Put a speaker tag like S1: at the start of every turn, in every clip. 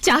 S1: 家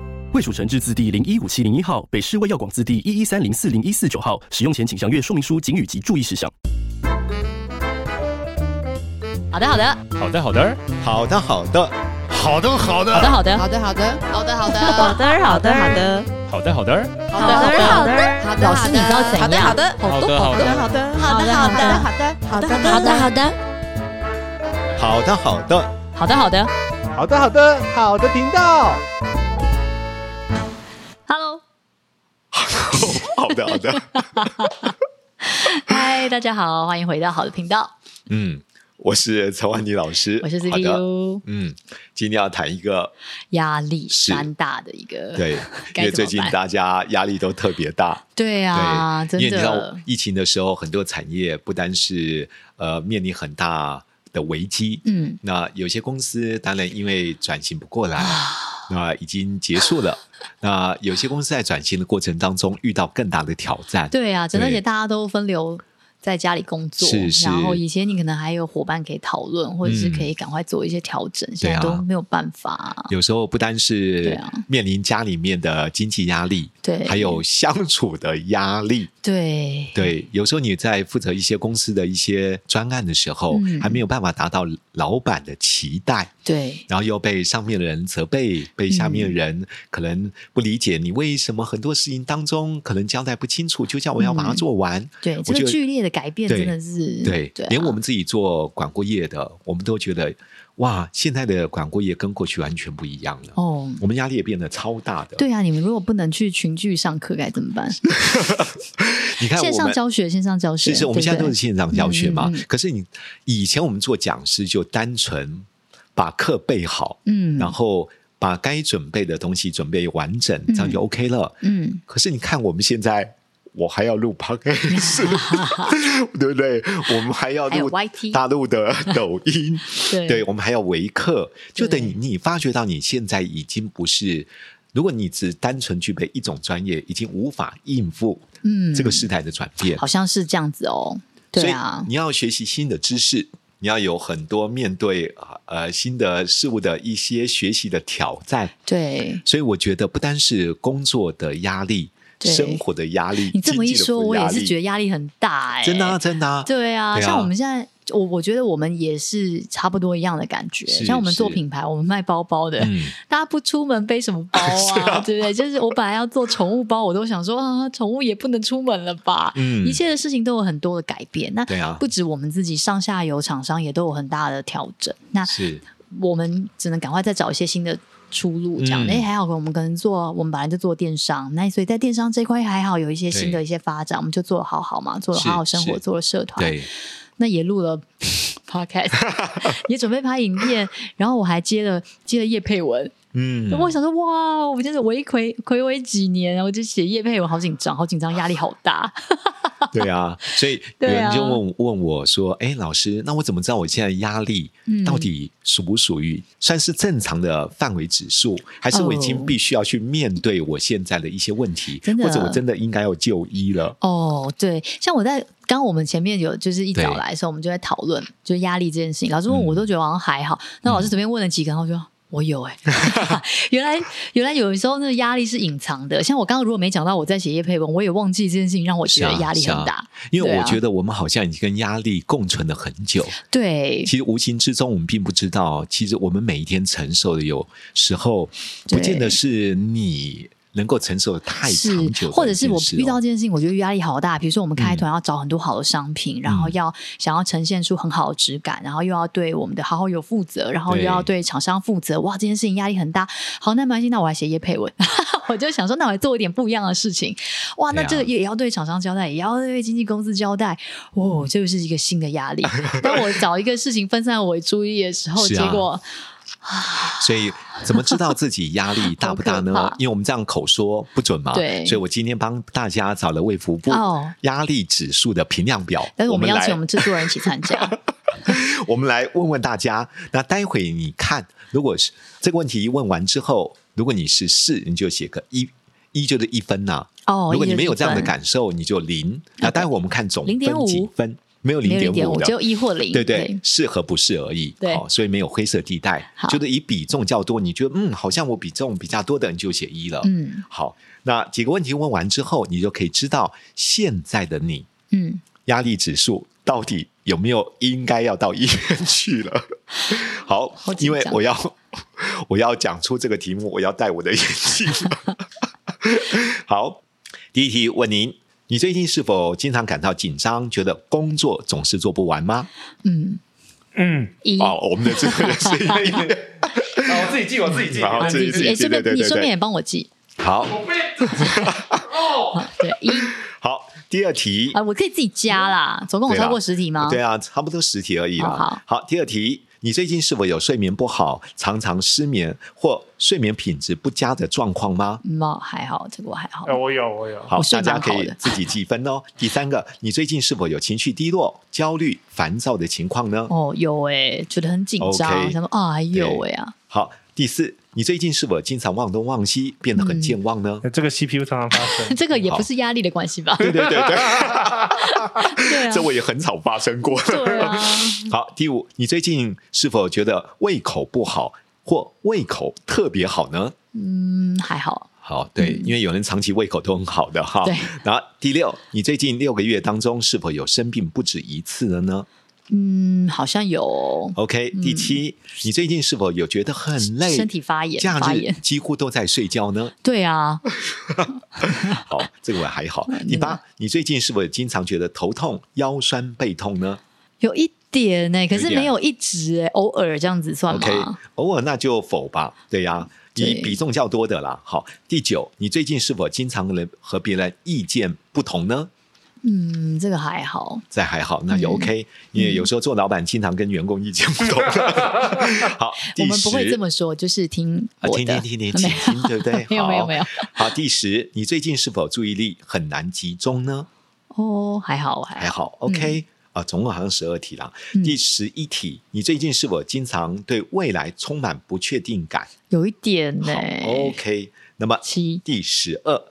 S2: 卫蜀成字字第零一五七零一号，北市卫药广字第一一三零四零一四九号。使用前请详阅说明书、警语及注意事项。
S3: 好的，好的，
S4: 好的，好的，
S5: 好的，
S4: 好
S5: 好的，
S4: 的，好
S3: 好的，
S4: 的，
S3: 好的，
S6: 好的，好的，好
S3: 好的，好的，好的，
S6: 的，好的，
S4: 好的，好的，
S6: 好的，好的，好的，好的，
S3: 老师，你知道怎
S6: 好的，
S3: 样？
S6: 好的，
S3: 哦好
S4: 好的好的
S3: 好的，好
S6: 好
S3: 的，
S6: 的，
S3: 好
S6: 好
S3: 的
S6: 的，，好的，好的，
S3: 好的，好的，
S5: 好的，好的，
S3: 好的，好的。
S5: 好的，好的，好的频道。
S3: Hello，
S5: 好的，好的。
S3: 嗨，大家好，欢迎回到好的频道，
S5: 嗯，我是陈万妮老师，
S3: 我是
S5: 好的。
S3: CPU。
S5: 嗯，今天要谈一个，
S3: 压力
S5: 是
S3: 山大的一个，
S5: 对，因
S3: 呃该
S5: 为
S3: 怎
S5: 最
S3: 么
S5: 近
S3: 办
S5: 大家压力都特别大。
S3: 对啊，
S5: 对，
S3: 真
S5: 因为你知道
S3: 的，
S5: 疫情的时候，很多产业不单是呃面临很大的危机，
S3: 嗯，
S5: 那有些公司当然因为转型不过来，
S3: 啊
S5: 那已经结束了。那有些公司在转型的过程当中遇到更大的挑战，
S3: 对啊，真的，而
S5: 对
S3: 且大家都分流。在家里工作，
S5: 是嗯是
S3: 然后以前你可能还有伙伴可以讨论，或者是可以赶快做一些调整，
S5: 啊
S3: 现在都没有办法。
S5: 有时候不单
S3: 对
S5: 是
S3: 啊
S5: 面临家里面的经济压力，
S3: 对
S5: 还有相处的压力。
S3: 对
S5: 对，有时候你在负责一些公司的一些专案的时候，
S3: 嗯
S5: 还没有办法达到老板的期待，
S3: 对
S5: 然后又被上面的人责备，被下
S3: 嗯
S5: 面的人可能不理解你为什么很多事情当中可能交代不清楚，就叫我要
S3: 嗯
S5: 把它做完。
S3: 对，
S5: 我
S3: 这
S5: 觉
S3: 个
S5: 得
S3: 剧烈的改变
S5: 对
S3: 真的是
S5: 对，
S3: 对啊，
S5: 连我们自己做广告业的，我们都觉得哇，现在的广告业跟过去完全不一样了。
S3: 哦，
S5: 我们压力也变得超大的。，
S3: 对啊，你们如果不能去群聚上课该怎么办？
S5: 你看
S3: 线
S5: 我
S3: 上
S5: 们。
S3: 教学，线上教学，
S5: 其实我
S3: 对
S5: 们
S3: 不
S5: 现在都
S3: 对
S5: 是线上教学嘛，
S3: 嗯嗯嗯
S5: 可是你以前我们做讲师就单纯把课备好，
S3: 嗯，
S5: 然后把该准备的东西准备完整，
S3: 嗯
S5: 这样就 OK 了。
S3: 嗯，
S5: 可是你看我们现在。我还要 录 podcast，对不对？我们还要
S3: 还有
S5: 录
S3: YT
S5: 大陆的抖音，
S3: 对
S5: 对，我们还要维课，就等
S3: 对
S5: 于你发觉到你现在已经不是，如果你只单纯具备一种专业，已经无法应付
S3: 嗯，
S5: 这个时代的转变。
S3: 好像是这样子哦，对啊
S5: 所以，你要学习新的知识，你要有很多面对呃新的事物的一些学习的挑战。
S3: 对。
S5: 所以我觉得不单是工作的压力，
S3: 对
S5: 生活的压力，
S3: 你这么一
S5: 经济的
S3: 说，我也
S5: 压
S3: 是
S5: 力
S3: 觉得压力很大哎、
S5: 真的、啊、真的、啊，
S3: 对啊，
S5: 对啊
S3: 像我们现在，我我觉得我们也是差不多一样的感觉。
S5: 是
S3: 像我们做
S5: 是
S3: 品牌，我们卖包包的，
S5: 嗯，
S3: 大家不出门背什么包 啊？对不对？就是我本来要做宠物包，我都想说啊，宠物也不能出门了吧？
S5: 嗯
S3: 一切的事情都有很多的改变。那
S5: 对啊
S3: 不止我们自己，上下游厂商也都有很大的调整。那
S5: 是
S3: 我们只能赶快再找一些新的出路，这样。
S5: 嗯
S3: 哎、还好，我们可能做，我们本来就做电商，那所以在电商这一块还好有一些新的
S5: 对
S3: 一些发展，我们就做了好好嘛，做了
S5: 是
S3: 好好生活，
S5: 是
S3: 做了社团，
S5: 对，
S3: 那也录了 podcast，也准备拍影片，然后我还接了接了叶佩文，
S5: 嗯，
S3: 我想说哇，我真的我一暌暌违几年，然后就写叶佩文，好紧张，好紧张，压力好大，
S5: 对啊，所以有
S3: 对啊
S5: 人就问问我说：“哎，老师，那我怎么知道我现在压力
S3: 嗯
S5: 到底属不属于算是正常的范围指数，还是我已
S3: 哦
S5: 经必须要去面对我现在的一些问题，
S3: 真的
S5: 或者我真的应该要就医了
S3: 哦，对，像我在刚刚我们前面有就是一早
S5: 对
S3: 来的时候，我们就在讨论就是压力这件事情。老师问我
S5: 嗯
S3: 都觉得好像还好，那、老师随便问了几个，然后我就说我有哎、欸， 原来原来有的时候那个压力是隐藏的。像我刚刚如果没讲到我在写叶配文，我也忘记这件事情让我觉得
S5: 是啊
S3: 压力
S5: 是
S3: 很
S5: 啊
S3: 大。
S5: 因为
S3: 对
S5: 我
S3: 啊
S5: 觉得我们好像已经跟压力共存了很久。
S3: 对
S5: 其实无形之中，我们并不知道，其实我们每一天承受的，有时候
S3: 对
S5: 不见得是你能够承受的太
S3: 是
S5: 长久的一件事哦、嗯
S3: 或者是我遇到这件事情，我觉得压力好大。比如说，我们开团要找很多好的商品，然后要想要呈现出很好的质感，然后又要对我们的好好友负责，然后又
S5: 对
S3: 要对厂商负责。哇，这件事情压力很大。好，那没关系，那我来写叶配文， 我就想说，那我来做一点不一样的事情。哇，那
S5: 对啊
S3: 这个也要对厂商交代，也要对经纪公司交代。哦， 这个是一个新的压力。当我找一个事情分散我注意力的时候，
S5: 是
S3: 结
S5: 啊
S3: 果。
S5: 所以怎么知道自己压力大不大呢
S3: 好可怕？
S5: 因为我们这样口说不准嘛，
S3: 对
S5: 所以我今天帮大家找了卫福部
S3: 哦
S5: 压力指数的评量表，
S3: 但是我们邀
S5: 来
S3: 请我们制作人一起参加，
S5: 我们来问问大家，那待会你看，如果是这个问题问完之后，如果你是是，你就写个一。一就是一分呐、
S3: 哦
S5: 如果你没有这样
S3: 一就是一分
S5: 的感受，你就零。那
S3: OK
S5: 待会我们看总
S3: 0.5
S5: 分几分，没有
S3: 没
S5: 零
S3: 有零
S5: 点
S3: 点
S5: 五
S3: 五，只
S5: 的
S3: 有，一或零，
S5: 对对，是和不是而已。
S3: 对
S5: 好所以没有灰色地带
S3: 好，
S5: 就是以比重较多，你觉得嗯，好像我比重比较多的，你就写一了。
S3: 嗯
S5: 好，那几个问题问完之后，你就可以知道现在的你
S3: 嗯，
S5: 压力指数到底有没有应该要到医院去 了？好
S3: 好，紧
S5: 因为
S3: 张
S5: 我要 我要讲出这个题目，我要戴我的眼镜了。 好，第一题问您：你最近是否经常感到紧张，觉得工作总是做不完吗？
S3: 嗯，
S4: 嗯，
S3: 一。
S5: 哦，我们的这个人是 因为
S4: 我自己记，我自己记
S5: 好
S3: 啊
S5: 自己
S3: 记
S5: 自己
S3: 哎，
S5: 记
S3: 顺便
S5: 对对
S3: 你
S5: 对
S3: 顺
S5: 对
S3: 便也帮我记，
S5: 好
S3: 啊对一
S5: 好第二题
S3: 啊，我可以自己加啦，总共有
S5: 对啦
S3: 超过十题吗？
S5: 对啊，差不多十题而已啦。
S3: 哦好
S5: 第二题，你最近是否有睡眠不好、常常失眠或睡眠品质不佳的状况吗？
S3: 嗯，哦，还好，这个我还好
S5: 呃
S4: 哎，，我有，我有。
S5: 好
S3: 我，睡
S5: 大家
S3: 蛮
S5: 可
S3: 好
S5: 以
S3: 的
S5: 自己记分哦。第三个，你最近是否有情绪低落、焦虑、烦躁的情况呢？
S3: 哦，有哎，觉得很紧张，
S5: OK
S3: 想说啊，还有哎啊，，
S5: 好，第四，你最近是否经常忘东忘西，变得很健忘呢？
S4: 呃这个 CPU 常常发生
S3: 这个也不
S5: 好
S3: 是压力的关系吧？
S5: 对 对对对，
S3: 啊对啊
S5: 这，我也很少发生过。
S3: 对啊，
S5: 好，第五，你最近是否觉得胃口不好或胃口特别好呢？
S3: 嗯，还好，
S5: 好，对，因为有人长期胃口都很好的哈
S3: 嗯对。
S5: 然后第六，你最近六个月当中是否有生病不止一次了呢
S3: 嗯，好像有
S5: ？OK，第七，你最近是否有觉得很
S3: 嗯
S5: 累，
S3: 身体发炎，
S5: 假
S3: 发
S5: 日
S3: 炎，
S5: 几乎都在睡觉呢？
S3: 对啊，。
S5: 好，这个我还好 第
S3: 那
S5: 八，你最近是否经常觉得头痛、腰酸背痛呢
S3: 有一点呢，可是
S5: 有一点
S3: 没有一直哎，偶尔这样子算
S5: ？OK，
S3: 吗？
S5: 偶尔那就否吧，对呀、
S3: 对
S5: 以比重较多的啦。好，第九，你最近是否经常人和别人意见不同呢？
S3: 嗯，这个还好，
S5: 这还好，那就
S3: 嗯
S5: OK，、因为有时候做老板经常跟员工意见不同。 好，第
S3: 嗯 我们
S5: 十，
S3: 不会这么说，就是听
S5: 啊，
S3: 我
S5: 听
S3: 的，
S5: 听听听，
S3: 没
S5: 请
S3: 有？
S5: 听，对不对
S3: 没有没有
S5: 好
S3: 没有。
S5: 好，第十，你最近是否注意力很难集中呢？
S3: 哦，还好还
S5: 还
S3: 好，
S5: 好，OK。啊，总共好像十二题啦。
S3: 嗯
S5: 第十一题，你最近是否经常对未来充满不确定感？
S3: 有一点呢
S5: 好。，OK。那么
S3: 七
S5: 第十二，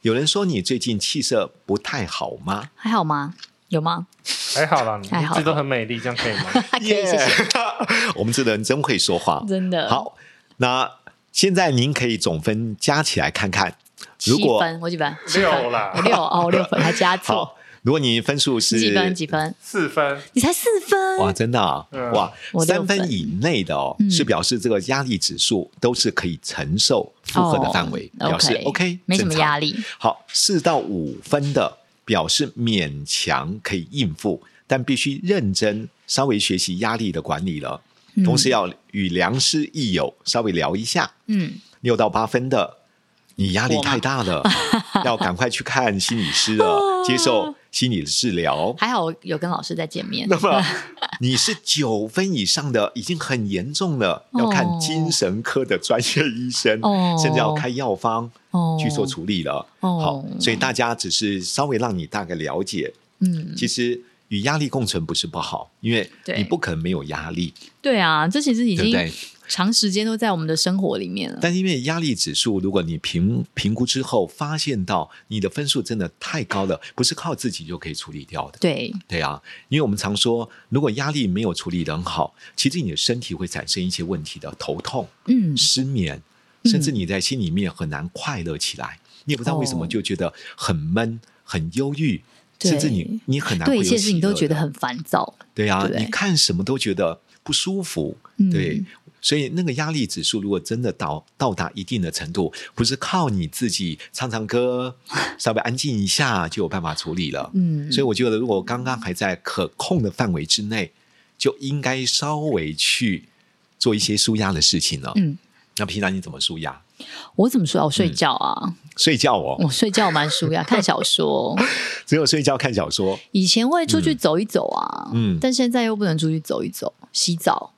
S5: 有人说你最近气色不太好 吗？
S3: 还好吗？有吗？
S4: 还好啦，
S3: 还好
S4: 一直都很美丽，这样可以吗？
S3: 还可以，谢谢，
S5: Yeah 我们这人真会说话，
S3: 真的。，
S5: 好，那现在您可以总分加起来看看，
S3: 七
S5: 如果
S3: 分，我几分？
S4: 六啦
S3: 我，六哦，六 分还加错，
S5: 好，如果你分数是
S3: 几分？几分？
S4: 四分，
S3: 你才四分，
S5: 哇，真的啊，
S4: 嗯
S5: 哇
S3: 我，六
S5: 三
S3: 分
S5: 分以内的哦，
S3: 嗯
S5: 是表示这个压力指数都是可以承受负荷的范围，
S3: 哦
S5: 表示
S3: OK，
S5: OK，
S3: 没什么压
S5: 力。
S3: 力。
S5: 好，四到五分的表示勉强可以应付，但必须认真稍微学习压力的管理了，
S3: 嗯
S5: 同时要与良师益友稍微聊一下，
S3: 嗯，
S5: 六到八分的，你压力
S3: 我吗
S5: 太大了，要赶快去看心理师了，接受心理治疗。
S3: 还好我有跟老师在见面
S5: 那。么你是九分以上的，已经很严重了，要看精神科的专业医生，
S3: 哦
S5: 甚至要开药方
S3: 哦
S5: 去做处理了。
S3: 哦
S5: 好，所以大家只是稍微让你大概了解，
S3: 嗯，
S5: 其实与压力共存不是不好，因为
S3: 对
S5: 你不可能没有压力，
S3: 对啊，这其实已
S5: 对不
S3: 经
S5: 对？
S3: 长时间都在我们的生活里面了。
S5: 但是因为压力指数，如果你评评估之后发现到你的分数真的太高了，不是靠自己就可以处理掉的。
S3: 对，
S5: 对啊，因为我们常说，如果压力没有处理得很好，其实你的身体会产生一些问题的，头痛、
S3: 嗯，
S5: 失眠，
S3: 嗯
S5: 甚至你在心里面很难快乐起来，你也不知道为什
S3: 哦
S5: 么就觉得很闷、很忧郁，
S3: 对
S5: 甚至你你很难
S3: 对
S5: 会有
S3: 一切事
S5: 喜
S3: 情都
S5: 乐
S3: 觉得
S5: 的
S3: 很烦躁。
S5: 对啊，
S3: 对
S5: 你看什么都觉得不舒服，
S3: 嗯
S5: 对，所以那个压力指数如果真的到到达一定的程度，不是靠你自己唱唱歌， 稍微安静一下就有办法处理了。
S3: 嗯，
S5: 所以我觉得，如果刚刚还在可控的范围之内，就应该稍微去做一些舒压的事情了。
S3: 嗯，
S5: 那平常你怎么舒压？
S3: 我怎么说啊？我睡觉啊，
S5: 睡觉哦，
S3: 我睡觉蛮 舒压，看小说。
S5: 只有睡觉看小说。
S3: 以前会出去走一走啊，
S5: 嗯嗯嗯
S3: 但现在又不能出去走一走，洗澡。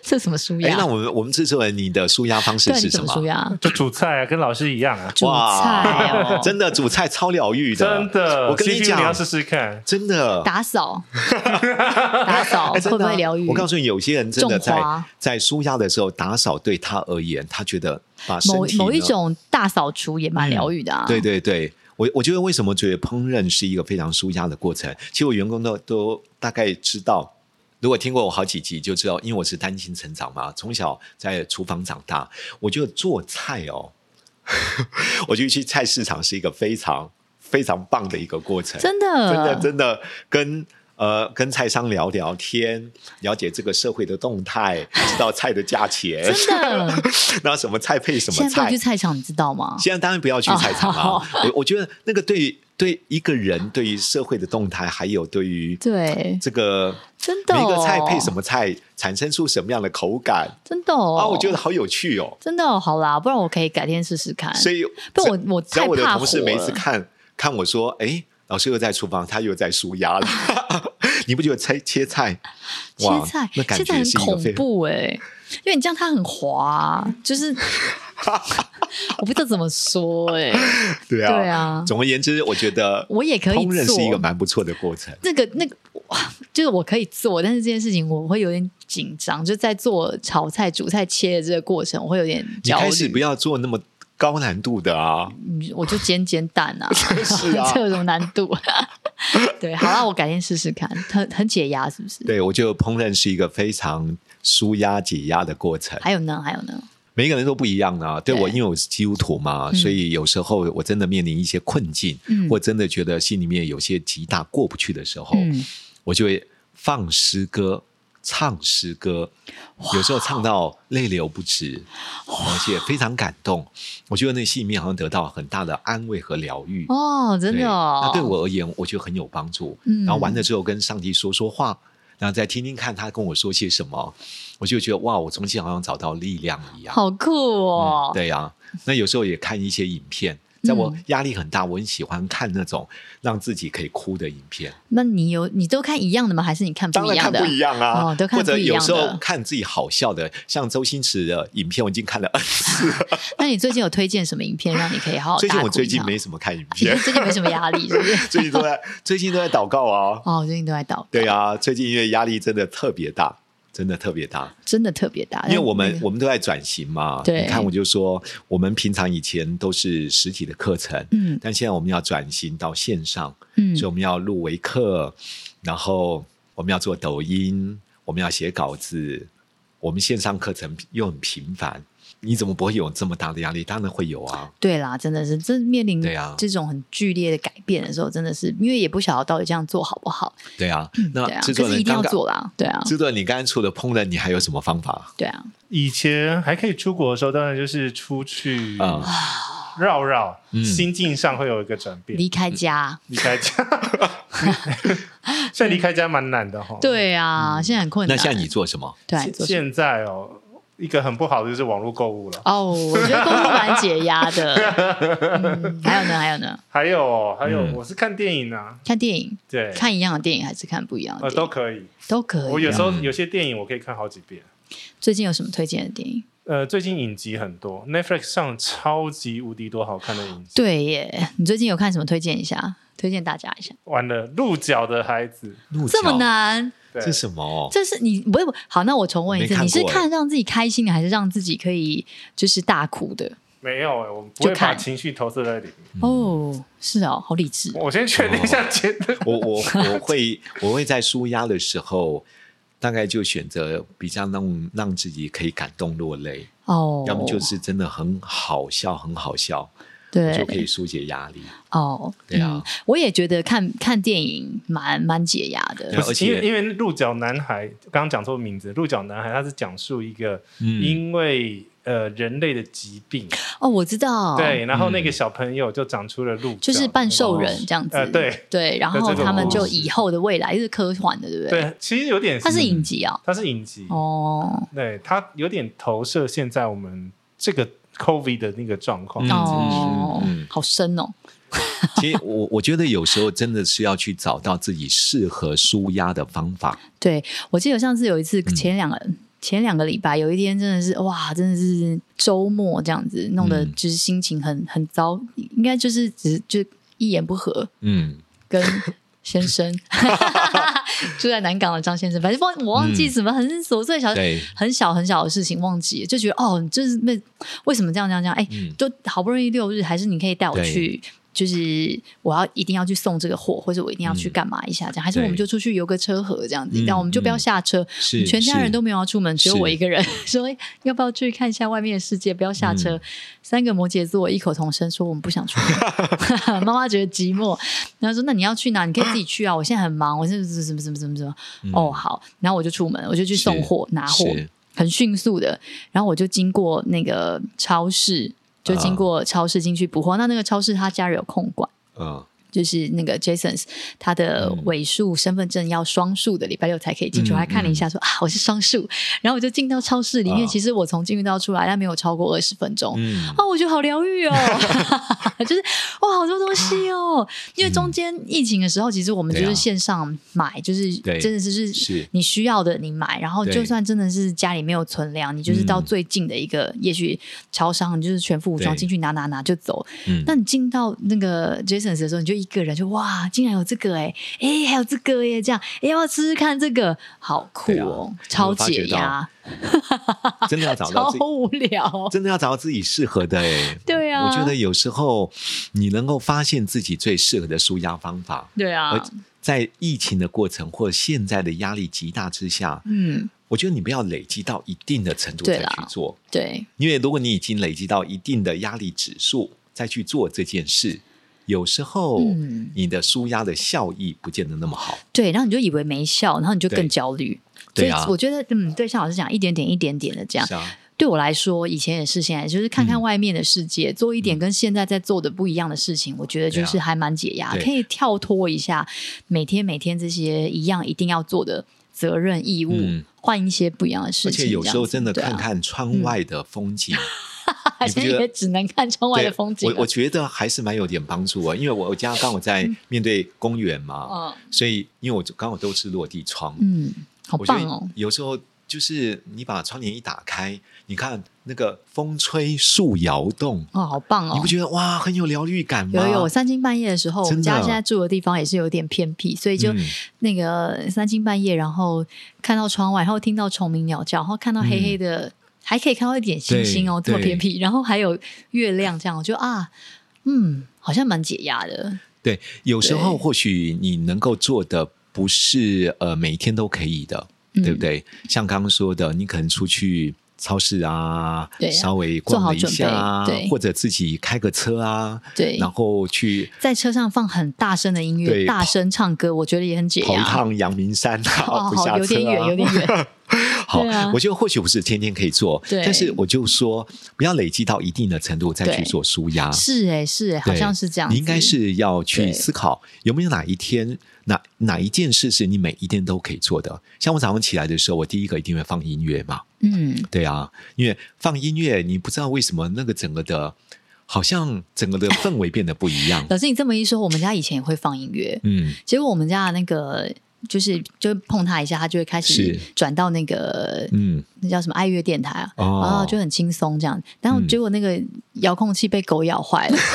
S3: 这什么舒
S5: 哎，
S3: 压
S5: 那？我们我们制作人，你的舒压方式
S3: 对啊，
S5: 是
S3: 你
S5: 什
S3: 怎么
S5: 么？
S3: 舒压？
S4: 就煮菜啊，跟老师一样啊，
S3: 煮菜哦
S5: ，真的煮菜超疗愈的，
S4: 真的。
S5: 我跟你
S4: CQ
S5: 讲
S4: 你要试试看。
S5: 真的。
S3: 打扫，打扫
S5: 哎
S3: 会
S5: 真
S3: 不
S5: 的啊
S3: 会疗愈？
S5: 我告诉你，有些人真的
S3: 种
S5: 在
S3: 花
S5: 在舒压的时候打扫，对他而言，他觉得把身
S3: 某
S5: 体
S3: 某一
S5: 呢
S3: 种大扫除也蛮疗愈的啊。
S5: 对对对，我我觉得为什么觉得烹饪是一个非常舒压的过程？其实我员工都都大概知道，如果听过我好几集就知道，因为我是单亲成长嘛，从小在厨房长大，我觉得做菜哦， 我觉得去菜市场是一个非常非常棒的一个过程，
S3: 真的，
S5: 真的真的跟。呃，跟菜商聊聊天，了解这个社会的动态，知道菜的价钱，
S3: 真的。
S5: 那什么菜配什么
S3: 现在不能
S5: 菜
S3: 去，菜哦场，你知道吗？
S5: 现在当然不要去菜场 啊！我我觉得那个对对一个人、对于社会的动态，还有对于
S3: 对，
S5: 这个
S3: 真的、哦。
S5: 每一个菜配什？么菜，产生出什么样的口感
S3: 真的哦。
S5: 啊，我觉得好有趣哦！
S3: 真的、哦、好啦，不然我可以改天试试看。
S5: 所以，
S3: 不我我
S5: 只要我的
S3: 太怕
S5: 同事
S3: 火
S5: 每一次
S3: 了
S5: 看看我说，哎，老师又在厨房，他又在舒压了， 你不觉得切切菜？
S3: 切
S5: 哇
S3: 菜
S5: 那感
S3: 切菜
S5: 觉
S3: 很
S5: 是一个
S3: 恐
S5: 非
S3: 怖哎、 因为你这样它很滑啊、就是我不知道怎么说哎、
S5: 对啊，
S3: 对啊
S5: 总而言之，我觉得
S3: 我也可以
S5: 烹饪是一个
S3: 做
S5: 蛮不错的过程。
S3: 那个那个，哇就是我可以做，但是这件事情我会有点紧张，就在做炒菜、煮菜、切的这个过程，我会有点
S5: 你
S3: 焦
S5: 开始
S3: 虑。
S5: 不要做那么高难度的啊，
S3: 嗯我就煎煎蛋啊，
S5: 是啊
S3: 这有什么难度？对，好啦，我改天试试看，很很解压，是不是？
S5: 对，我觉得烹饪是一个非常舒压解压的过程。
S3: 还有呢，还有呢，
S5: 每一个人都不一样啊。对
S3: 对
S5: 我，因为我是基督徒嘛，
S3: 嗯
S5: 所以有时候我真的面临一些困境，
S3: 嗯
S5: 或真的觉得心里面有些极大过不去的时候，
S3: 嗯，
S5: 我就会放诗歌。唱诗歌，有时候唱到泪流不止，而且非常感动。我觉得那心里面好像得到很大的安慰和疗愈。
S3: 哦，真的、哦，
S5: 对那对我而言，我觉得很有帮助。
S3: 嗯
S5: 然后完了之后跟上帝说说话，然后再听听看他跟我说些什么，我就觉得哇，我重新好像找到力量一样。
S3: 好酷哦，
S5: 嗯对呀、那有时候也看一些影片，在我
S3: 嗯
S5: 压力很大，我很喜欢看那种让自己可以哭的影片。
S3: 那你有你都看一样的吗？还是你看
S5: 当
S3: 不一
S5: 然
S3: 样
S5: 看
S3: 的？
S5: 不一样啊，
S3: 哦都看
S5: 或
S3: 不
S5: 者
S3: 一
S5: 有
S3: 样
S5: 时候
S3: 的
S5: 看自己好笑的，像周星驰的影片，我已经看了 N 次了。
S3: 那你最近有推荐什么影片让你可以 好好
S5: 最近
S3: 大
S5: 我
S3: 哭
S5: 最
S3: 一
S5: 近
S3: 场
S5: 没什么看影
S3: 你
S5: 片，
S3: 最近没什么压力，是不是？
S5: 最近都在最近都在祷告啊。
S3: 哦，我最近都在祷，
S5: 对啊，最近因为压力真的特别大，真的特别大，
S3: 真的特别大，
S5: 因为我
S3: 那
S5: 们
S3: 个
S5: 我们都在转型嘛。
S3: 对
S5: 你看我就说，我们平常以前都是实体的课程，
S3: 嗯
S5: 但现在我们要转型到线上，
S3: 嗯
S5: 所以我们要录微课，然后我们要做抖音，我们要写稿子，我们线上课程又很频繁，你怎么不会有这么大的压力？当然会有啊。
S3: 对啦，真的是这面临
S5: 对啊
S3: 这种很剧烈的改变的时候，真的是因为也不晓得到底这样做好不好，
S5: 对啊，那
S3: 对啊，
S5: 制
S3: 可
S5: 作
S3: 是
S5: 人
S3: 一定
S5: 刚
S3: 要
S5: 刚
S3: 做啦，对啊，
S5: 制作人，你刚刚除了烹饪，你还有什么方法？
S3: 对啊，
S4: 以前还可以出国的时候，当然就是出去
S3: 嗯
S5: 啊
S4: 绕绕，
S5: 嗯
S4: 心境上会有一个转变。
S3: 离开家，
S4: 离开 家，现在离开家蛮难的哈。，
S3: 对啊，现在很困
S5: 哦嗯
S3: 难。
S5: 那像你做什么？
S3: 对啊做什么
S4: 现在哦，一个很不好的就是网络购物了。
S3: 哦，我觉得工作蛮解压 的。嗯，还有呢，还有呢，
S4: 还有哦，还有，
S5: 嗯
S4: 我是看电影啊，
S3: 看电影，
S4: 对，
S3: 看一样的电影还是看不一样的
S4: 呃
S3: 电影
S4: 都可以。
S3: 都可以啊。
S4: 我有时候有些电影我可以看好几遍。
S3: 最近有什么推荐的电影？
S4: 呃，最近影集很多，Netflix 上超级无敌多好看 的影集。
S3: 对耶，你最近有看什么推荐一下？推荐大家一下。
S4: 完了，鹿角的孩子，
S5: 鹿
S3: 这么
S5: 角
S3: 难，
S4: 对
S5: 这是什么？
S3: 这是你不会好？那我重问一
S5: 没
S3: 次，
S5: 看过
S3: 你是看让自己开心的，还是让自己可以就是大哭的？
S4: 没有哎、我们不会
S3: 就看
S4: 把情绪投射在里
S5: 嗯
S4: 面。
S3: 哦，是哦，好理智。
S4: 我先确定一下结 论。
S5: 我我我会 我会在舒压的时候，大概就选择比较让让自己可以感动落泪，
S3: 哦，
S5: 要么就是真的很好笑，很好笑，
S3: 对，
S5: 就可以疏解压力。
S3: 哦，
S5: 对啊
S3: 嗯，我也觉得看看电影蛮蛮解压
S5: 对
S3: 的
S5: 啊。而且
S4: 因为因为鹿角男孩刚刚讲错名字，鹿角男孩他是讲述一个
S5: 嗯
S4: 因为、呃人类的疾病，
S3: 哦，我知道，
S4: 对，然后那个
S5: 嗯
S4: 小朋友就长出了鹿角，
S3: 就是半兽人这样子，
S4: 呃对
S3: 对，然
S4: 对
S3: 后
S4: 这种
S3: 他们就
S5: 嗯
S4: 故事
S3: 以后的未来是科幻的，对不对？
S4: 对，其实有点嗯
S3: 它是影集啊，
S4: 它是影集，
S3: 哦，
S4: 对，它有点投射现在我们这个 COVID 的那个状况。
S5: 嗯
S3: 哦
S5: 嗯嗯，
S3: 好深哦，
S5: 其实我我觉得有时候真的是要去找到自己适合舒压的方法。
S3: 对，我记得上次有一次
S5: 嗯
S3: 前两个、前两个礼拜有一天真的是哇，真的是周末这样子，弄得
S5: 嗯
S3: 就是心情很很糟，应该就是只就一言不合
S5: 嗯，
S3: 跟先生 住在南港的张先生，反正忘我
S5: 嗯
S3: 忘记什么很琐碎小
S5: 对，
S3: 很小很小的事情忘记了，就觉得哦，就是那为什么这样这样这样？哎、
S5: 嗯
S3: 就好不容易六日，还是你可以带我
S5: 对
S3: 去，就是我要一定要去送这个货，或者我一定要去
S5: 嗯
S3: 干嘛一下这样，还是我们
S5: 对
S3: 就出去游个车河这样子，
S5: 嗯
S3: 但我们就不要下车，
S5: 是
S3: 你全家
S5: 是
S3: 人都没有要出门，只有我
S5: 是
S3: 一个人 说哎要不要去看一下外面的世界，不要下车。
S5: 嗯
S3: 三个摩羯座异口同声说我们不想出 门，妈妈觉得寂寞，然后说那你要去哪？你可以自己去啊，我现在很忙，我现在什么什么什么什么。哦，好，然后我就出门，我就去送
S5: 嗯是
S3: 货拿货，
S5: 是
S3: 很迅速的。然后我就经过那个超市，就经
S5: 啊
S3: 过超市进去补货。那那个超市他家里有空管，哦
S5: 嗯
S3: 就是那个 Jasons，他的
S5: 嗯
S3: 尾数身份证要双数的，礼拜六才可以进去。
S5: 嗯
S3: 我还看了一下说，啊，我是双数。然后我就进到超市里面，
S5: 啊
S3: 其实我从进去到出来，但没有超过二十分钟。
S5: 嗯
S3: 哦，我觉得好疗愈哦， 就是哇，好多东西哦。因为中间疫情的时候，其实我们就
S5: 嗯对
S3: 是
S5: 啊
S3: 线上买，就是
S5: 对
S3: 真的是是
S5: 是
S3: 你需要的你买，然后
S5: 对
S3: 就算真的是家里没有存粮，你就是到
S5: 嗯
S3: 最近的一个、也许超商，你就是全副武装
S5: 对
S3: 进去拿拿拿就走。
S5: 嗯
S3: 那你进到那个 Jasons 的时候，你就一个人就哇，竟然有这个哎、哎，还有这个耶，这样哎，要不要吃吃看这个？好酷
S5: 对啊
S3: 哦，
S5: 有
S3: 超
S5: 发
S3: 解
S5: 觉到
S3: 压，
S5: 真的要找到
S3: 超
S5: 自己。
S3: 无聊。
S5: 真的要找到自己适合的哎、
S3: 对啊
S5: 我觉得有时候你能够发现自己最适合的舒压方法，
S3: 对啊
S5: 而，在疫情的过程或现在的压力极大之下，
S3: 嗯，
S5: 我觉得你不要累积到一定的程度
S3: 对
S5: 再
S3: 啦
S5: 去做，
S3: 对。
S5: 因为如果你已经累积到一定的压力指数再去做这件事，有时候
S3: 嗯
S5: 你的舒压的效益不见得那么好。
S3: 对，然后你就以为没效，然后你就更
S5: 对
S3: 焦虑。
S5: 对啊
S3: 所以我觉得，嗯，对，像老师讲，一点点、一点点的这样
S5: 是。啊，
S3: 对我来说，以前也是，现在也是就是看看
S5: 嗯
S3: 外面的世界，做一点跟现在在做的不一样的事情，我觉得就
S5: 对啊
S3: 是还蛮解压，
S5: 对
S3: 可以跳脱一下每天每天这些一样一定要做的责任义务，
S5: 嗯
S3: 换一些不一样的事
S5: 而
S3: 情。
S5: 且有时候
S3: 这
S5: 真
S3: 样
S5: 的
S3: 子对啊
S5: 看看窗外的风景，
S3: 而
S5: 你不
S3: 且
S5: 觉 得
S3: 也只能看窗外的
S5: 对
S3: 风景啊了。
S5: 我我觉得还是蛮有点帮助啊，因为我家刚好在面对公园嘛，
S3: 嗯
S5: 所以因为我就刚好都是落地窗，
S3: 嗯，好
S5: 我觉
S3: 棒
S5: 得
S3: 哦，
S5: 有时候就是你把窗帘一打开，你看那个风吹树摇动，
S3: 哦，好棒哦！
S5: 你不觉得哇很有疗愈感吗？
S3: 有有，三更半夜的时候，我们
S5: 真的
S3: 家现在住的地方也是有点偏僻，所以就
S5: 嗯
S3: 那个三更半夜，然后看到窗外，然后听到虫鸣鸟叫，然后看到黑黑的，还可以看到一点星星哦，这
S5: 嗯对
S3: 么偏僻，然后还有月亮，这样我就啊，嗯，好像蛮解压的，
S5: 对，有时候
S3: 对
S5: 或许你能够做的不是呃每一天都可以的，
S3: 嗯
S5: 对不？对？像刚刚说的，你可能出去超市啊，
S3: 对啊
S5: 稍微逛了一下
S3: 做
S5: 啊
S3: 好准备对，
S5: 或者自己开个车啊，
S3: 对
S5: 然后去
S3: 在车上放很大声的音乐，
S5: 对
S3: 大声唱歌，我觉得也很解
S5: 跑一
S3: 压。
S5: 趟阳明山啊，
S3: 啊哦，
S5: 不
S3: 好，
S5: 下
S3: 有点
S5: 车
S3: 远，
S5: 啊
S3: 有。点远。
S5: 好
S3: 对啊，
S5: 我觉得或许不是天天可以做，
S3: 对
S5: 但是我就说不要累积到一定的程度再
S3: 对
S5: 去做舒压，
S3: 是哎，是哎，好
S5: 啊对
S3: 像是这样子。
S5: 你应该是要
S3: 对
S5: 去思考有没有哪一天哪哪一件事是你每一天都可以做的。像我早上起来的时候，我第一个一定会放音乐嘛，
S3: 嗯，
S5: 对啊，因为放音乐，你不知道为什么那个整个的，好像整个的氛围变得不一
S3: 。
S5: 样
S3: 老师，你这么一说，我们家以前也会放音乐，
S5: 嗯，
S3: 结果我们家的那个就是就碰它一下，它就会开始
S5: 是
S3: 转到那个
S5: 嗯，
S3: 那叫什么爱乐电台啊，
S5: 哦
S3: 然后就很轻松这样。然后
S5: 嗯
S3: 结果那个遥控器被狗咬坏了。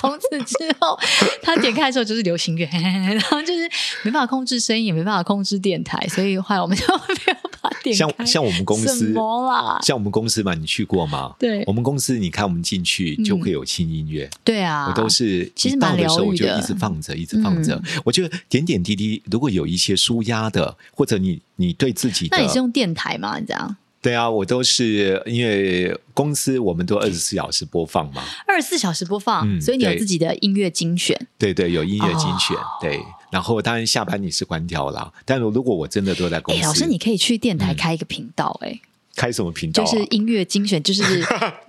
S3: 从此之后，他点开的时候就是流行乐， 然后就是没办法控制声音，也没办法控制电台，所以后来我们就没有把它点开。
S5: 像像我们公
S3: 什
S5: 司，
S3: 么啦？
S5: 像我们公司嘛，你去过吗？
S3: 对嗯
S5: 我们公司，你看我们进去就会有轻音乐，
S3: 对啊，
S5: 我都是
S3: 其实
S5: 一到
S3: 蛮
S5: 的时候
S3: 疗
S5: 我
S3: 愈
S5: 就
S3: 的嗯
S5: 一直放着，一直放着。我觉得点点滴滴，如果有一些舒压的，或者你你对自己的
S3: 那，你是用电台吗？你这样
S5: 对啊，我都是因为公司我们都二十四小时播放嘛，
S3: 二十四小时播放，
S5: 嗯
S3: 所以你有
S5: 对
S3: 自己的音乐精选。
S5: 对对，有音乐精选，
S3: 哦
S5: 对。然后当然下班你是关掉啦，但如如果我真的都在公
S3: 哎、
S5: 司，
S3: 老师，你可以去电台
S5: 嗯
S3: 开一个频道、哎、
S5: 开什么频道、
S3: 就
S5: 啊？
S3: 是音乐精选， 就是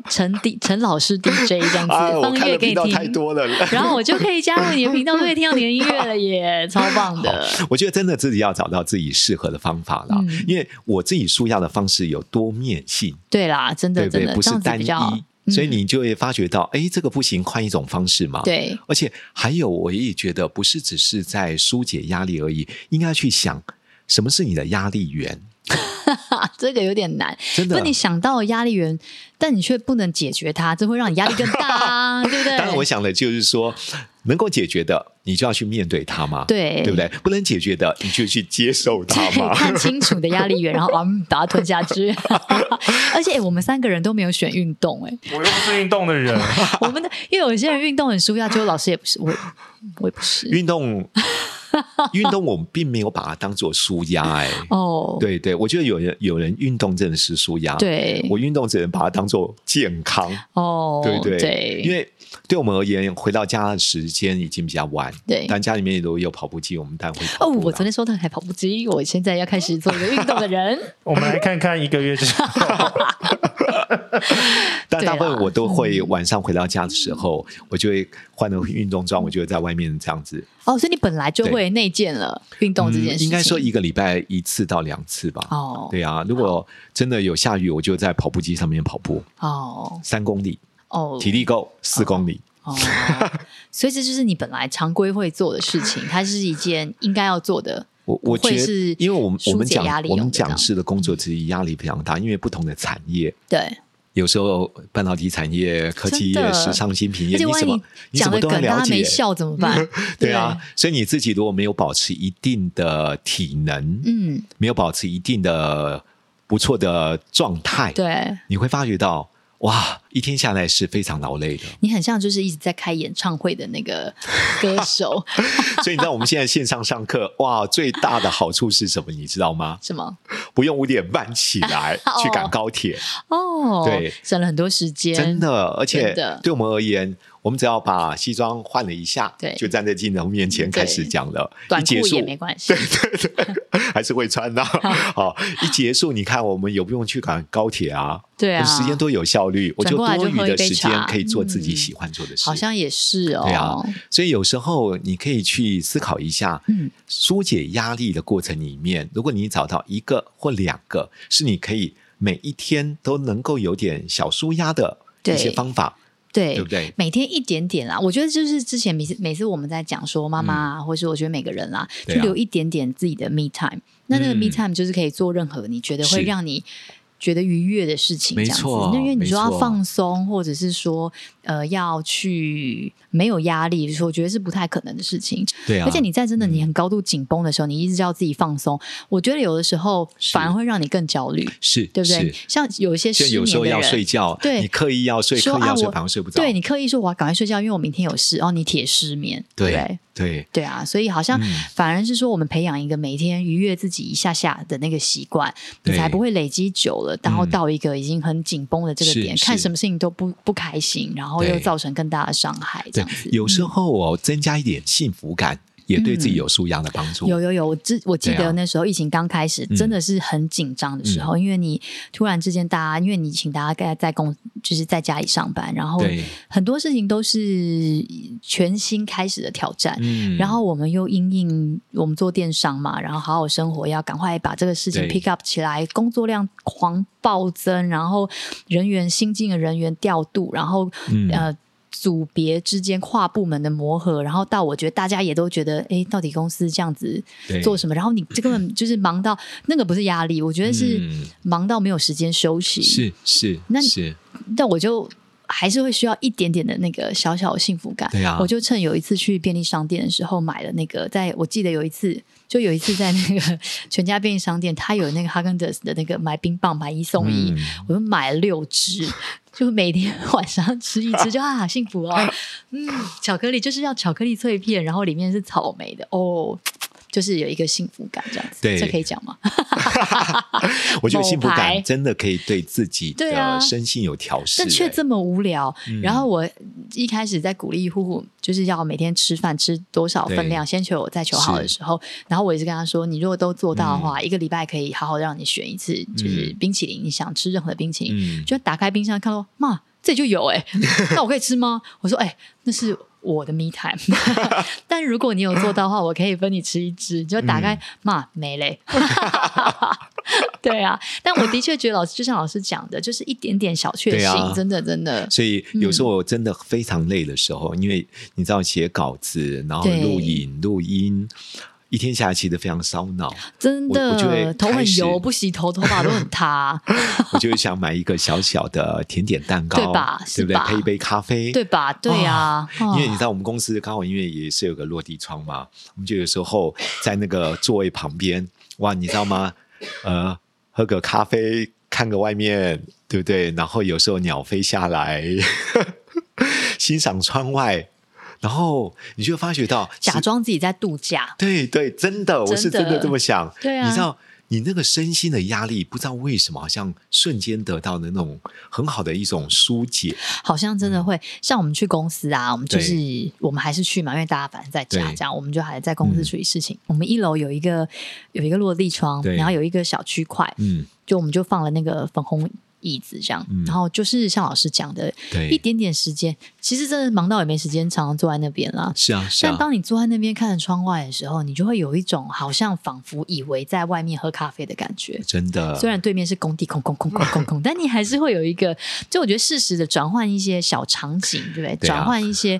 S3: 陈 D 陈老师 DJ 这样子，
S5: 啊，我
S3: 放音
S5: 看
S3: 乐给
S5: 的频
S3: 你
S5: 道太
S3: 听，
S5: 多了。
S3: 然后我就可以加入你的频道，就可以听到你的音乐了 耶，超棒的。
S5: 我觉得真的自己要找到自己适合的方法啦，
S3: 嗯
S5: 因为我自己舒压的方式有多面性，
S3: 对啦，真的
S5: 对不
S3: 真
S5: 对？
S3: 的，
S5: 不
S3: 这
S5: 是
S3: 样子
S5: 单
S3: 比
S5: 一
S3: 较好，
S5: 所以
S3: 嗯
S5: 你就会发觉到，哎，这个不行，换一种方式嘛。。
S3: 对
S5: 而且还有，我也觉得不是只是在疏解压力而已，应该去想什么是你的压力源。
S3: 这个有点难。
S5: 真
S3: 不
S5: 的
S3: 过。你想到压力源，但你却不能解决它，这会让你压力更大 啊，对不对？
S5: 当然，我想的就是说，能够解决的，你就要去面对它嘛，
S3: 对
S5: 对不对？不能解决的，你就去接受它
S3: 对，
S5: 嘛。
S3: 看清楚的压力源，然后嗯，把它吞下去。 而且、诶哎我们三个人都没有选运动、哎诶
S4: 我又不是运动 的人，
S3: 我们的因为有些人运动很舒压，结果老师也不是，我 我也不是。
S5: 运动，运动，我们并没有把它当做舒压、哎，
S3: 哦，
S5: 对对，我觉得有人有人运动真的是舒压，
S3: 对
S5: 我运动只能把它当做健康，
S3: 哦，
S5: 对不对？
S3: 对，
S5: 因为对我们而言，回到家的时间已经比较晚，
S3: 对
S5: 但家里面如果有跑步机，我们当然会跑
S3: 哦，
S5: 步啦
S3: 我昨天说到还跑步机，我现在要开始做一个运动的人。
S4: 我们来看看一个月之后，
S5: 但
S3: 对啊嗯
S5: 大部分
S3: 啦
S5: 我都会晚上回到家的时候，我就会换了运动装，我就会在外面这样子。
S3: 哦，所以你本来就会内建了运动这件事情，
S5: 嗯应该说一个礼拜一次到两次吧。
S3: 哦
S5: 对啊，如果真的有下雨，我就在跑步机上面跑步
S3: 哦
S5: 三公里，
S3: 哦，
S5: 体力够四公里。
S3: 哦， 所以这就是你本来常规会做的事情，它是一件应该要做的。
S5: 我我
S3: 不会
S5: 觉
S3: 是
S5: 得，因为我们我
S3: 疏
S5: 们
S3: 解压
S5: 讲
S3: 力
S5: 我
S3: 用
S5: 们
S3: 的这样嗯
S5: 讲师的工作其实压力非常大，因为不同的产业，
S3: 对，
S5: 有时候半导体产业、科技
S3: 真
S5: 业、
S3: 的
S5: 时尚新品业，
S3: 而且
S5: 你
S3: 万
S5: 什
S3: 一
S5: 么
S3: 你
S5: 你
S3: 讲
S5: 什
S3: 的
S5: 么都
S3: 梗
S5: 要
S3: 大
S5: 了
S3: 家没
S5: 解。
S3: 笑怎么办？
S5: 对啊，，所以你自己如果没有保持一定的体能，
S3: 嗯，
S5: 没有保持一定的不错的状态，
S3: 对
S5: 你会发觉到哇，一天下来是非常劳 累的。
S3: 你很像就是一直在开演唱会的那 个歌手，
S5: 所以你知道我们现在线上上课，哇，最大的好处是什么？你知道吗？
S3: 是吗？
S5: 不用五点半起 来
S3: 哦
S5: 去赶高铁，
S3: 哦，
S5: 对
S3: 省了很多时间，
S5: 真的。而且
S3: 真的
S5: 对我们而言，我们只要把西装换了一下，
S3: 对
S5: 就站在镜头面前开始讲了。
S3: 短
S5: 一结
S3: 裤
S5: 束
S3: 也没关 系，
S5: 还是会穿的。好，一结束，你看我们有不用去赶高铁啊？
S3: 对啊
S5: 我时间多有效率，我
S3: 转
S5: 就
S3: 过来
S5: 多
S3: 就
S5: 余
S3: 喝一
S5: 的
S3: 杯
S5: 时间
S3: 茶
S5: 可以做自己
S3: 嗯
S5: 喜欢做的事。
S3: 好像也是哦，
S5: 对啊，所以有时候你可以去思考一下，
S3: 嗯，
S5: 疏解压力的过程里面，如果你找到一个或两个是你可以每一天都能够有点小舒压的
S3: 对
S5: 一些方法，
S3: 对
S5: 对不对？
S3: 每天一点点啦，我觉得就是之前每次每次我们在讲说妈妈啊，或是我觉得每个人啦，就
S5: 嗯对啊
S3: 留一点点自己的 me time。那那个
S5: 嗯
S3: me time 就是可以做任何你觉得
S5: 是
S3: 会让你觉得愉悦的事情，这
S5: 没
S3: 样子
S5: 错。
S3: 那因为你说
S5: 没
S3: 要
S5: 错
S3: 放松，或者是说呃要去没有压力，就是我觉得是不太可能的事情。
S5: 对啊，
S3: 而且你在真的你很高度紧绷的时候，你一直要自己放松，我觉得有的时候
S5: 是
S3: 反而会让你更焦虑，
S5: 是
S3: 对不对
S5: 是？
S3: 像有一些
S5: 就
S3: 失
S5: 有
S3: 眠
S5: 时候
S3: 的
S5: 要
S3: 人
S5: 睡觉，
S3: 对
S5: 你刻意要睡，刻
S3: 说
S5: 意要
S3: 啊
S5: 睡，
S3: 我
S5: 反而睡不着。
S3: 对你刻意说我要赶快睡觉，因为我明天有事。哦，你铁失眠，
S5: 对
S3: 对
S5: 对
S3: 对啊，所以好像
S5: 嗯
S3: 反而是说，我们培养一个每天愉悦自己一下下的那个习惯，你
S5: 对
S3: 才不会累积久了，然后
S5: 嗯
S3: 到一个已经很紧绷的这个
S5: 是
S3: 点，
S5: 是
S3: 看什么事情都不不开心，然后又
S5: 对
S3: 造成更大的伤害，这
S5: 对
S3: 样子。
S5: 有时
S3: 嗯
S5: 候哦，增加一点幸福感，也对自己有舒压的帮助。
S3: 有有有，我记我记
S5: 对
S3: 得
S5: 啊
S3: 那时候疫情刚开始，
S5: 嗯
S3: 真的是很紧张的时候，因为你突然之间大家，因为你请大家在在公就是在家里上班，然后
S5: 对
S3: 很多事情都是全新开始的挑战。
S5: 嗯
S3: 然后我们又因应我们做电商嘛，然后好好生活，要赶快把这个事情
S5: 对
S3: pick up 起来，工作量狂暴增，然后人员新进的人员调度，然后、
S5: 嗯
S3: 呃。组别之间跨部门的磨合，然后到我觉得大家也都觉得，哎，到底公司这样子
S5: 对
S3: 做什么？然后你这根本就是忙到那个不是压力，我觉得是
S5: 嗯
S3: 忙到没有时间休息。
S5: 是是
S3: 那
S5: 是
S3: 但我就还是会需要一点点的那个小小的幸福感。
S5: 对啊
S3: 我就趁有一次去便利商店的时候买了那个，在我记得有一次，就有一次在那个 全家便利商店，它有那个哈根达斯的那个买冰棒买一送一，
S5: 嗯
S3: 我就买了六支。就每天 晚上吃一支，就啊好幸福哦。嗯，巧克力就是要巧克力脆片，然后里面是草莓的哦，就是有一个幸福感这样子。
S5: 对
S3: 这可以讲吗？
S5: 我觉得幸福
S3: 某牌
S5: 感真的可以对自己
S3: 对啊
S5: 的身心有调试、
S3: 但却
S5: 哎
S3: 这么无聊。
S5: 嗯
S3: 然后我一开始在鼓励户户，就是要每天吃饭吃多少分量，先求有再求好的时候，然后我也是跟他说，你如果都做到的话，
S5: 嗯
S3: 一个礼拜可以好好让你选一次，就是冰淇淋，你想吃任何冰淇淋，
S5: 嗯，
S3: 就打开冰箱看到，妈，这里就有哎、 那我可以吃吗？我说哎、那是。我的 me time，但如果你有做到的话，我可以分你吃一只。就打
S5: 嗯
S3: 开，妈、没嘞， 对啊。但我的确觉得老师就像老师讲的，就是一点点小确
S5: 对
S3: 幸，
S5: 啊
S3: 真的真的，
S5: 所以有时候我真的非常累的时候，因为你知道写稿子，然后
S3: 对
S5: 录影、录音。一天下来其实非常烧脑，
S3: 真
S5: 我我就
S3: 的
S5: 会
S3: 头
S5: 开
S3: 很
S5: 始
S3: 油，不洗头，头发都很 塌，
S5: 我就想买一个小小的甜点蛋糕，
S3: 对吧
S5: 对不
S3: 是
S5: 对？
S3: 吧
S5: 配一杯咖啡，
S3: 对吧？哦对啊呀、
S5: 因为你知道我们公司刚好因为也是有个落地窗嘛，我们就有时候在那个座位旁边，哇，你知道吗？呃，喝个咖啡，看个外面，对不对？然后有时候鸟飞下来， 欣赏窗外，然后你就会发觉到，
S3: 假装自己在度假，
S5: 对对，真的，我是
S3: 真
S5: 真
S3: 的
S5: 的这么想。
S3: 对啊
S5: 你知道，你那个身心的压力，不知道为什么，好像瞬间得到的那种很好的一种疏解。
S3: 好像
S5: 嗯
S3: 真的会、像我们去公司啊，我们就是我们还是去嘛，因为大家反正在家
S5: 对
S3: 这样，我们就还在公司
S5: 嗯
S3: 处理事情。我们一楼有一个有一个落地窗，
S5: 对
S3: 然后有一个小区块，
S5: 嗯，
S3: 就我们就放了那个粉红椅子这样，
S5: 嗯
S3: 然后就是像老师讲的，
S5: 对
S3: 一点点时间，其实真的忙到也没时间，常常坐在那边啦。
S5: 是啊，是啊
S3: 但。当你坐在那边看着窗外的时候，你就会有一种好像仿佛以为在外面喝咖啡的感觉。
S5: 真的，
S3: 虽然对面是工地，空空空空空空，但你还是会有一个，就我觉得适时的转换一些小场景，对不对？
S5: 对啊
S3: 转换一些，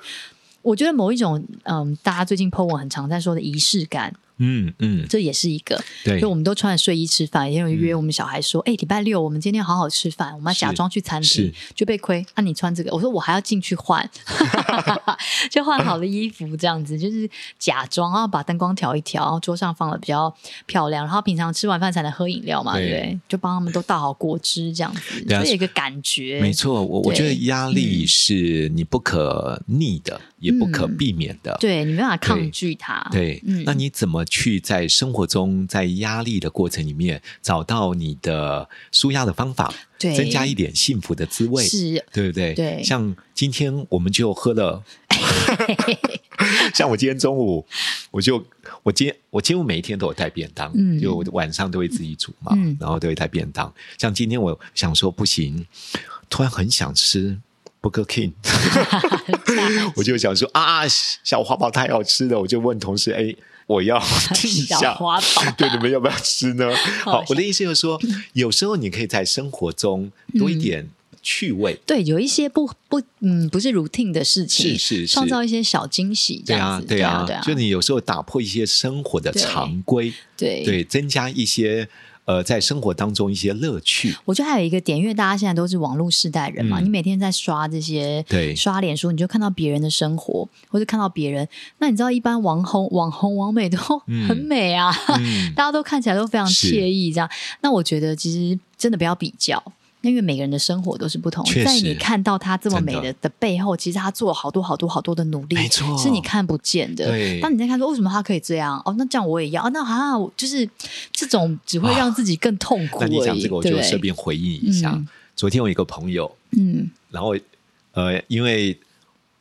S3: 我觉得某一种，嗯，大家最近 PO 文很常在说的仪式感，
S5: 嗯嗯，
S3: 这也是一个。
S5: 对嗯
S3: 就我们都穿着睡衣吃饭，也有人约我们小孩说：“哎、礼拜六我们今天好好吃饭，我们要
S5: 是
S3: 假装去餐厅
S5: 是，
S3: 就被亏。”啊，你穿这个，我说我还要进去 换，就换好了衣服，这样子就是假装，然后把灯光调一调，然后桌上放的比较漂亮，然后平常吃完饭才能喝饮料嘛，对
S5: 对
S3: 不对？就帮他们都倒好果汁这样子，
S5: 对啊
S3: 就有一个感觉，
S5: 没。错，我我
S3: 对嗯
S5: 觉得压力是你不可逆的，也不可避免的。
S3: 对你没办法抗拒它，
S5: 对
S3: 嗯，
S5: 那你怎么去在生活中，在压力的过程里面找到你的舒压的方法，
S3: 对
S5: 增加一点幸福的滋味？
S3: 是
S5: 对不对？
S3: 对
S5: 像今天我们就 喝了，像我今天中午，我就我今天我几乎每一天都有带便当，
S3: 嗯
S5: 就我晚上都会自己煮嘛，
S3: 嗯
S5: 然后都会带便当。像今天我想说不行，突然很想吃 Burger King，我就想说啊，小花包太好吃了，我就问同事，哎，我 要订一
S3: 小
S5: 下。
S3: 花宝。
S5: 对，你们要不要吃呢？
S3: 好嗯
S5: 好，我的意思就是说，有时候你可以在生活中多一点趣味，
S3: 对，有一些不不嗯不是 routine 的事情，
S5: 是是是
S3: 创造一些小惊喜，这
S5: 对
S3: 样
S5: 啊
S3: 子，，
S5: 对啊，
S3: 对啊，
S5: 就你有时候打破一些生活的
S3: 对
S5: 常规，
S3: 对。
S5: 对，增加一些呃在生活当中一些乐趣，
S3: 我觉得还有一个点，因为大家现在都是网络世代人嘛，
S5: 嗯
S3: 你每天在刷这些，
S5: 对
S3: 刷脸书，你就看到别人的生活，或者看到别人。那你知道，一般网红、网红、网美都
S5: 嗯
S3: 很美啊，
S5: 嗯，
S3: 大家都看起来都非常
S5: 是
S3: 惬意，这样。那我觉得其实真的不要比较。因为每个人的生活都是不同的，
S5: 确实
S3: 在你看到他这么美的
S5: 真
S3: 的背后，其实他做了好多好多好多的努力，
S5: 没错
S3: 是你看不见的。
S5: 对
S3: 当你在看说为什么他可以这样，哦，那这样我也要，哦、那啊，我就是这种只会让自己更痛苦
S5: 那
S3: 而已。
S5: 你讲这个，我
S3: 对
S5: 就
S3: 不对
S5: 顺便回应一下。
S3: 嗯
S5: 昨天我有一个朋友，
S3: 嗯
S5: 然后呃，因为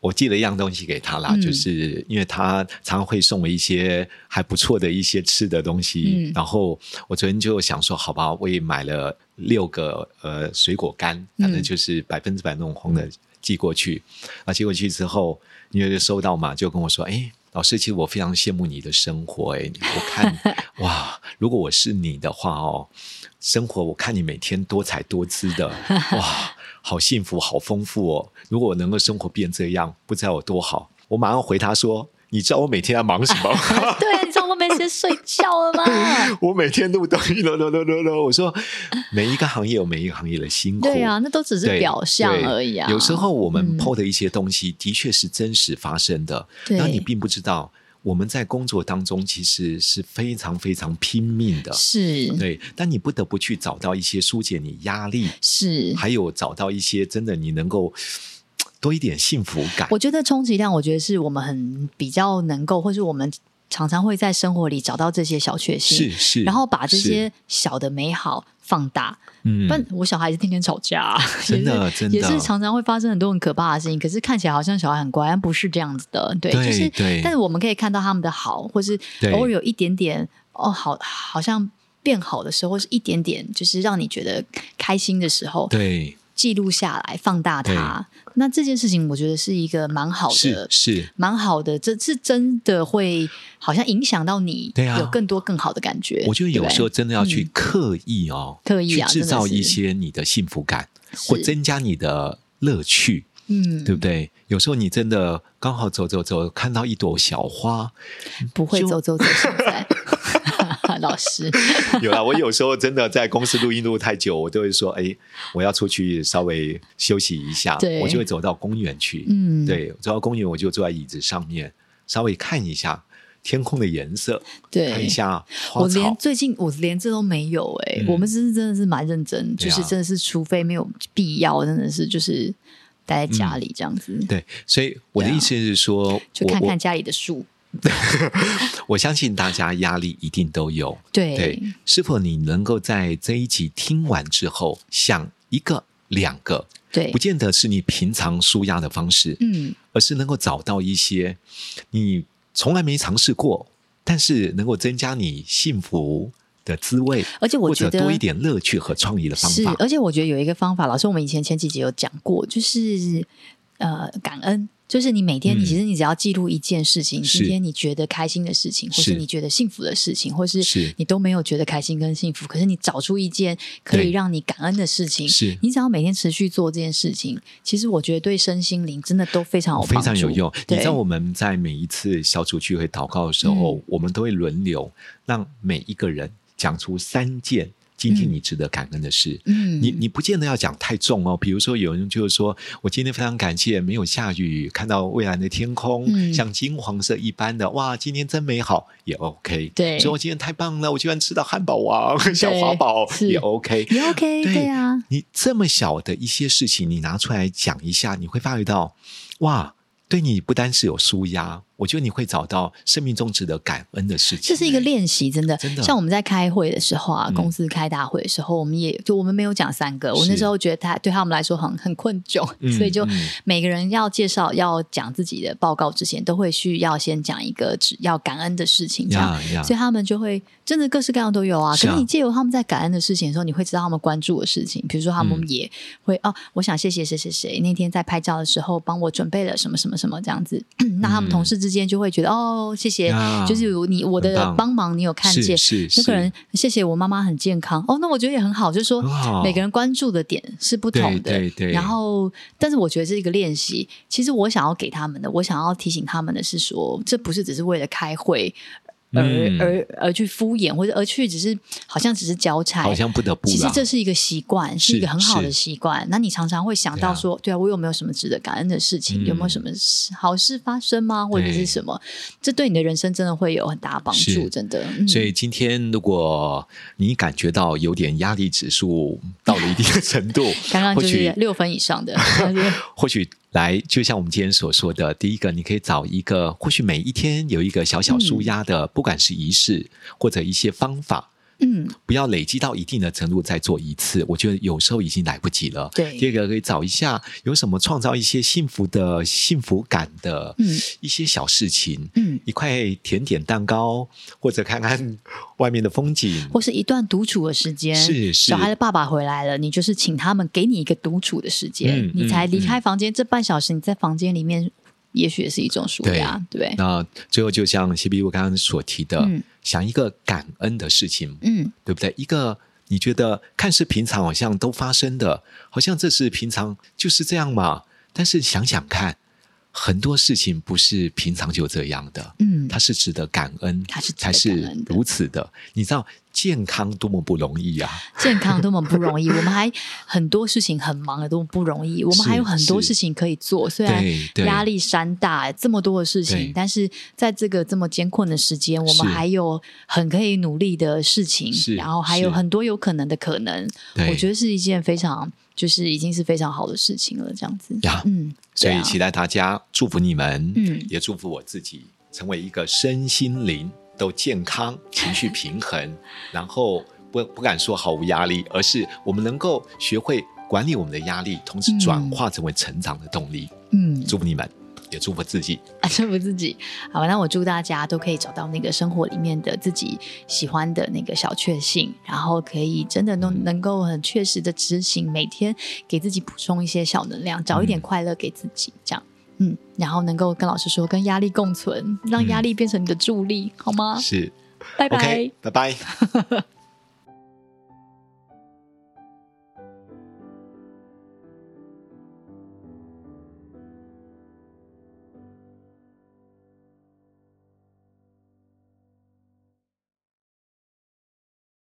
S5: 我寄了一样东西给他啦，
S3: 嗯
S5: 就是因为他常常会送我一些还不错的一些吃的东西，
S3: 嗯
S5: 然后我昨天就想说，好吧，我也买了六个呃水果干，反
S3: 嗯
S5: 正就是百分之百弄红的寄过去，啊，寄过去之后，因为就收到嘛，就跟我说，哎。老师，其实我非常羡慕你的生活、哎，我 看哇，如果我是你的话哦，生活我看你每天多彩多 姿的，哇，好幸福，好丰富哦！如果我能够生活变这样，不知道有多好。我马上回他说：“你知道我每天在忙什 么吗？
S3: 对啊，你知道我没时间睡觉了 吗？
S5: 我每天录抖音，录录录录录。”我说：“每一个行业有每一个行业的辛苦，
S3: 对啊，那都只是
S5: 对
S3: 表象
S5: 对
S3: 而已啊。
S5: 有时候我们
S3: 嗯
S5: PO 的一些东西，的确是真实发生的，
S3: 对
S5: 然后你并不知道，我们在工作当中其实是非常非常拼命的，
S3: 是
S5: 对。但你不得不去找到一些疏解你压力，
S3: 是，
S5: 还有找到一些真的你能够多一点幸福感。
S3: 我觉得充其量，我觉得是我们很比较能够，或是我们常常会在生活里找到这些小确
S5: 是
S3: 幸，
S5: 是，
S3: 然后把这
S5: 是
S3: 些小的美好放大。
S5: 嗯
S3: 不，然我小孩子天天吵架啊，
S5: 真的
S3: 也是
S5: 真的
S3: 也是常常会发生很多很可怕的事情。可是看起来好像小孩很乖，但不是这样子的。对，
S5: 对
S3: 就是
S5: 对
S3: 但是我们可以看到他们的好，或是
S5: 对
S3: 偶尔有一点点哦，好，好像变好的时候，或是一点点，就是让你觉得开心的时候，
S5: 对
S3: 记录下来，放大它。那这件事情，我觉得是一个蛮好
S5: 是
S3: 的。
S5: 是，
S3: 蛮好的，这是真的会好像影响到你，
S5: 对啊
S3: 有更多更好的感觉。
S5: 我觉得有时候真的要去
S3: 嗯
S5: 刻意哦，
S3: 刻意啊
S5: 去制造
S3: 真的是
S5: 一些你的幸福感，
S3: 是
S5: 或增加你的乐趣，
S3: 对不对嗯，
S5: 对不对？有时候你真的刚好走走走，看到一朵小花。
S3: 不会
S5: 就
S3: 走走走，现 在 老师
S5: 有啦，我有时候真的在公司录音录太久，我都会说，哎，我要出去稍微休息一下
S3: 对，
S5: 我就会走到公园去。
S3: 嗯
S5: 对，走到公园我就坐在椅子上面，稍微看一下天空的颜色，看
S3: 对
S5: 一。下花
S3: 我连
S5: 草。
S3: 最近我连这都没有哎、
S5: 嗯
S3: 我们真是真的是蛮认真，
S5: 对
S3: 就
S5: 啊
S3: 是真的是除非没有必要，真的是就是待在家里这样子，
S5: 嗯对，所以我的意思是说，
S3: 啊就
S5: 我
S3: 看看
S5: 我
S3: 家里的树，
S5: 我相信大家压力一定都有，
S3: 对
S5: 对，是否你能够在这一集听完之后，想一个、两个，
S3: 对
S5: 不，见得是你平常舒压的方式，
S3: 嗯，
S5: 而是能够找到一些你从来没尝试过，但是能够增加你幸福的滋味，
S3: 而且我
S5: 或
S3: 觉
S5: 者
S3: 得
S5: 多一点乐趣和创意的方
S3: 是
S5: 法，。
S3: 而且我觉得有一个方法，老师，我们以前前几集有讲过，就是呃，感恩，就是你每天，
S5: 嗯
S3: 你其实你只要记录一件事情，
S5: 是
S3: 今天你觉得开心的事情，或是
S5: 是
S3: 你觉得幸福的事情，或
S5: 是
S3: 是你都没有觉得开心跟幸福，可是你找出一件可以
S5: 对
S3: 让你感恩的事情，
S5: 是
S3: 你只要每天持续做这件事情，其实我觉得对身心灵真的都非常有
S5: 哦非
S3: 帮
S5: 常有
S3: 助
S5: 用。你
S3: 对嗯
S5: 知道我们在每一次小组聚会祷告的时候，我们都会轮流让每一个人讲出三件今天你值得感恩的事。
S3: 嗯，
S5: 你你不见得要讲太重哦，比如说有人就是说我今天非常感谢没有下雨，看到蔚蓝的天空，
S3: 嗯
S5: 像金黄色一般的，哇，今天真美好，也 OK。
S3: 对
S5: 所以我今天太棒了，我居然吃到汉堡王、小华堡
S3: 是
S5: 也 OK。
S3: 也 OK，
S5: 对
S3: 对啊，
S5: 你这么小的一些事情，你拿出来讲一下，你会发觉到，哇，对你不单是有舒压，我觉得你会找到生命中值得感恩的事情。
S3: 这是一个
S5: 欸
S3: 练习，真的。
S5: 真的
S3: 像我们在开会的时候啊，
S5: 嗯
S3: 公司开大会的时候，我们也就我们没有讲三个，我
S5: 是
S3: 那时候觉得他对他们来说很很困窘，
S5: 嗯
S3: 所以就
S5: 嗯
S3: 每个人要介绍要讲自己的报告之前，都会需要先讲一个只要感恩的事情，这样。
S5: 呀呀
S3: 所以他们就会真的各式各样都有啊。
S5: 是啊
S3: 可是你借由他们在感恩的事情的时候，你会知道他们关注的事情，比如说他
S5: 嗯
S3: 们也会、哦，我想谢谢谁谁谁那天在拍照的时候帮我准备了什么什么什么这样子。 那他们同事之间就会觉得、哦，谢谢
S5: 嗯呀，
S3: 就是你我
S5: 很
S3: 的
S5: 棒
S3: 帮忙你有看
S5: 是
S3: 见，
S5: 是
S3: 那个
S5: 是
S3: 人谢谢我妈妈很健康哦，那我觉得也很好，就是说
S5: 很好
S3: 每个人关注的点是不同的，
S5: 对对对
S3: 然后，但是我觉得这是一个练习。其实我想要给他们的，我想要提醒他们的是说，这不是只是为了开会而、
S5: 嗯
S3: 而而去敷衍，或者而去只是好像只是交差，
S5: 好像不得不啦
S3: 哎其实这是一个习惯，
S5: 是
S3: 是一个很好的
S5: 是
S3: 习惯。那你常常会想到说，对啊，我有没有什么值得感恩的事情？
S5: 嗯
S3: 有没有什么好事发生吗？或者
S5: 对
S3: 是什么？这对你的人生真的会有很大帮助，
S5: 是
S3: 真的。嗯、，
S5: 所以今天，如果你感觉到有点压力指数到了一定的程度
S3: 刚刚
S5: 或
S3: 就是
S5: 许
S3: 六分以上 的，
S5: 或许来，就像我们今天所说的，第一个，你可以找一个，或许每一天有一个小小舒压的，不管是仪式或者一些方法，
S3: 嗯，
S5: 不要累积到一定的程度再做一次，我觉得有时候已经来不及了。
S3: 对
S5: 第二个可以找一下有什么创造一些幸福的幸福感的
S3: 嗯
S5: 一些小事情，
S3: 嗯
S5: 一块甜点蛋糕，或者看看外面的风景，
S3: 或是一段独处的时间，
S5: 是是
S3: 小孩的爸爸回来了，你就是请他们给你一个独处的时间，
S5: 嗯
S3: 你才离
S5: 嗯
S3: 开房间、这半小时，你在房间里面，也许也是一种舒压，对不对？
S5: 那最后就像 C B U 刚刚所提的，
S3: 嗯
S5: 想一个感恩的事情，
S3: 嗯，
S5: 对不对？一个你觉得看似平常好像都发生的，好像这是平常就是这样嘛。但是想想看，很多事情不是平常就这样的，
S3: 嗯
S5: 它是值得感恩，
S3: 它是值得
S5: 才
S3: 感
S5: 是
S3: 恩的
S5: 如此的。你知道健康多么不容易啊！
S3: 健康多么不容易，我们还很多事情很忙的多么不容易，我们
S5: 是
S3: 还有很多
S5: 是
S3: 事情可以做，虽然
S5: 对对
S3: 压力山大，这么多的事情
S5: 对，
S3: 但是在这个这么艰困的时间，我们
S5: 是
S3: 还有很可以努力的事情
S5: 是，
S3: 然后还有
S5: 是
S3: 很多有可能的可能，
S5: 对
S3: 我觉得是一件非常就是已经是非常好的事情了，这样子
S5: 呀
S3: 嗯，
S5: 所
S3: 对
S5: 以
S3: 啊
S5: 期待大家祝福你们，
S3: 嗯
S5: 也祝福我自己，成为一个身心灵 都健康、情绪 平衡，然后不不敢说毫无压力，而是我们能够学会管理我们的压力，同时转化成为成长的动力。
S3: 嗯，
S5: 祝福你们，也祝福自己。
S3: 啊， 祝福自己。好，那我祝大家都可以找到那个生活里面的自己喜欢的那个小确幸，然后可以真的
S5: 嗯
S3: 能能够很确实的执行，每天给自己补充一些小能量，找一点
S5: 嗯
S3: 快乐给自己，这样。嗯，然后能够跟老师说，跟压力共存，让压
S5: 嗯
S3: 力变成你的助力，好吗？
S5: 是
S3: 拜拜。
S5: ，OK，拜拜。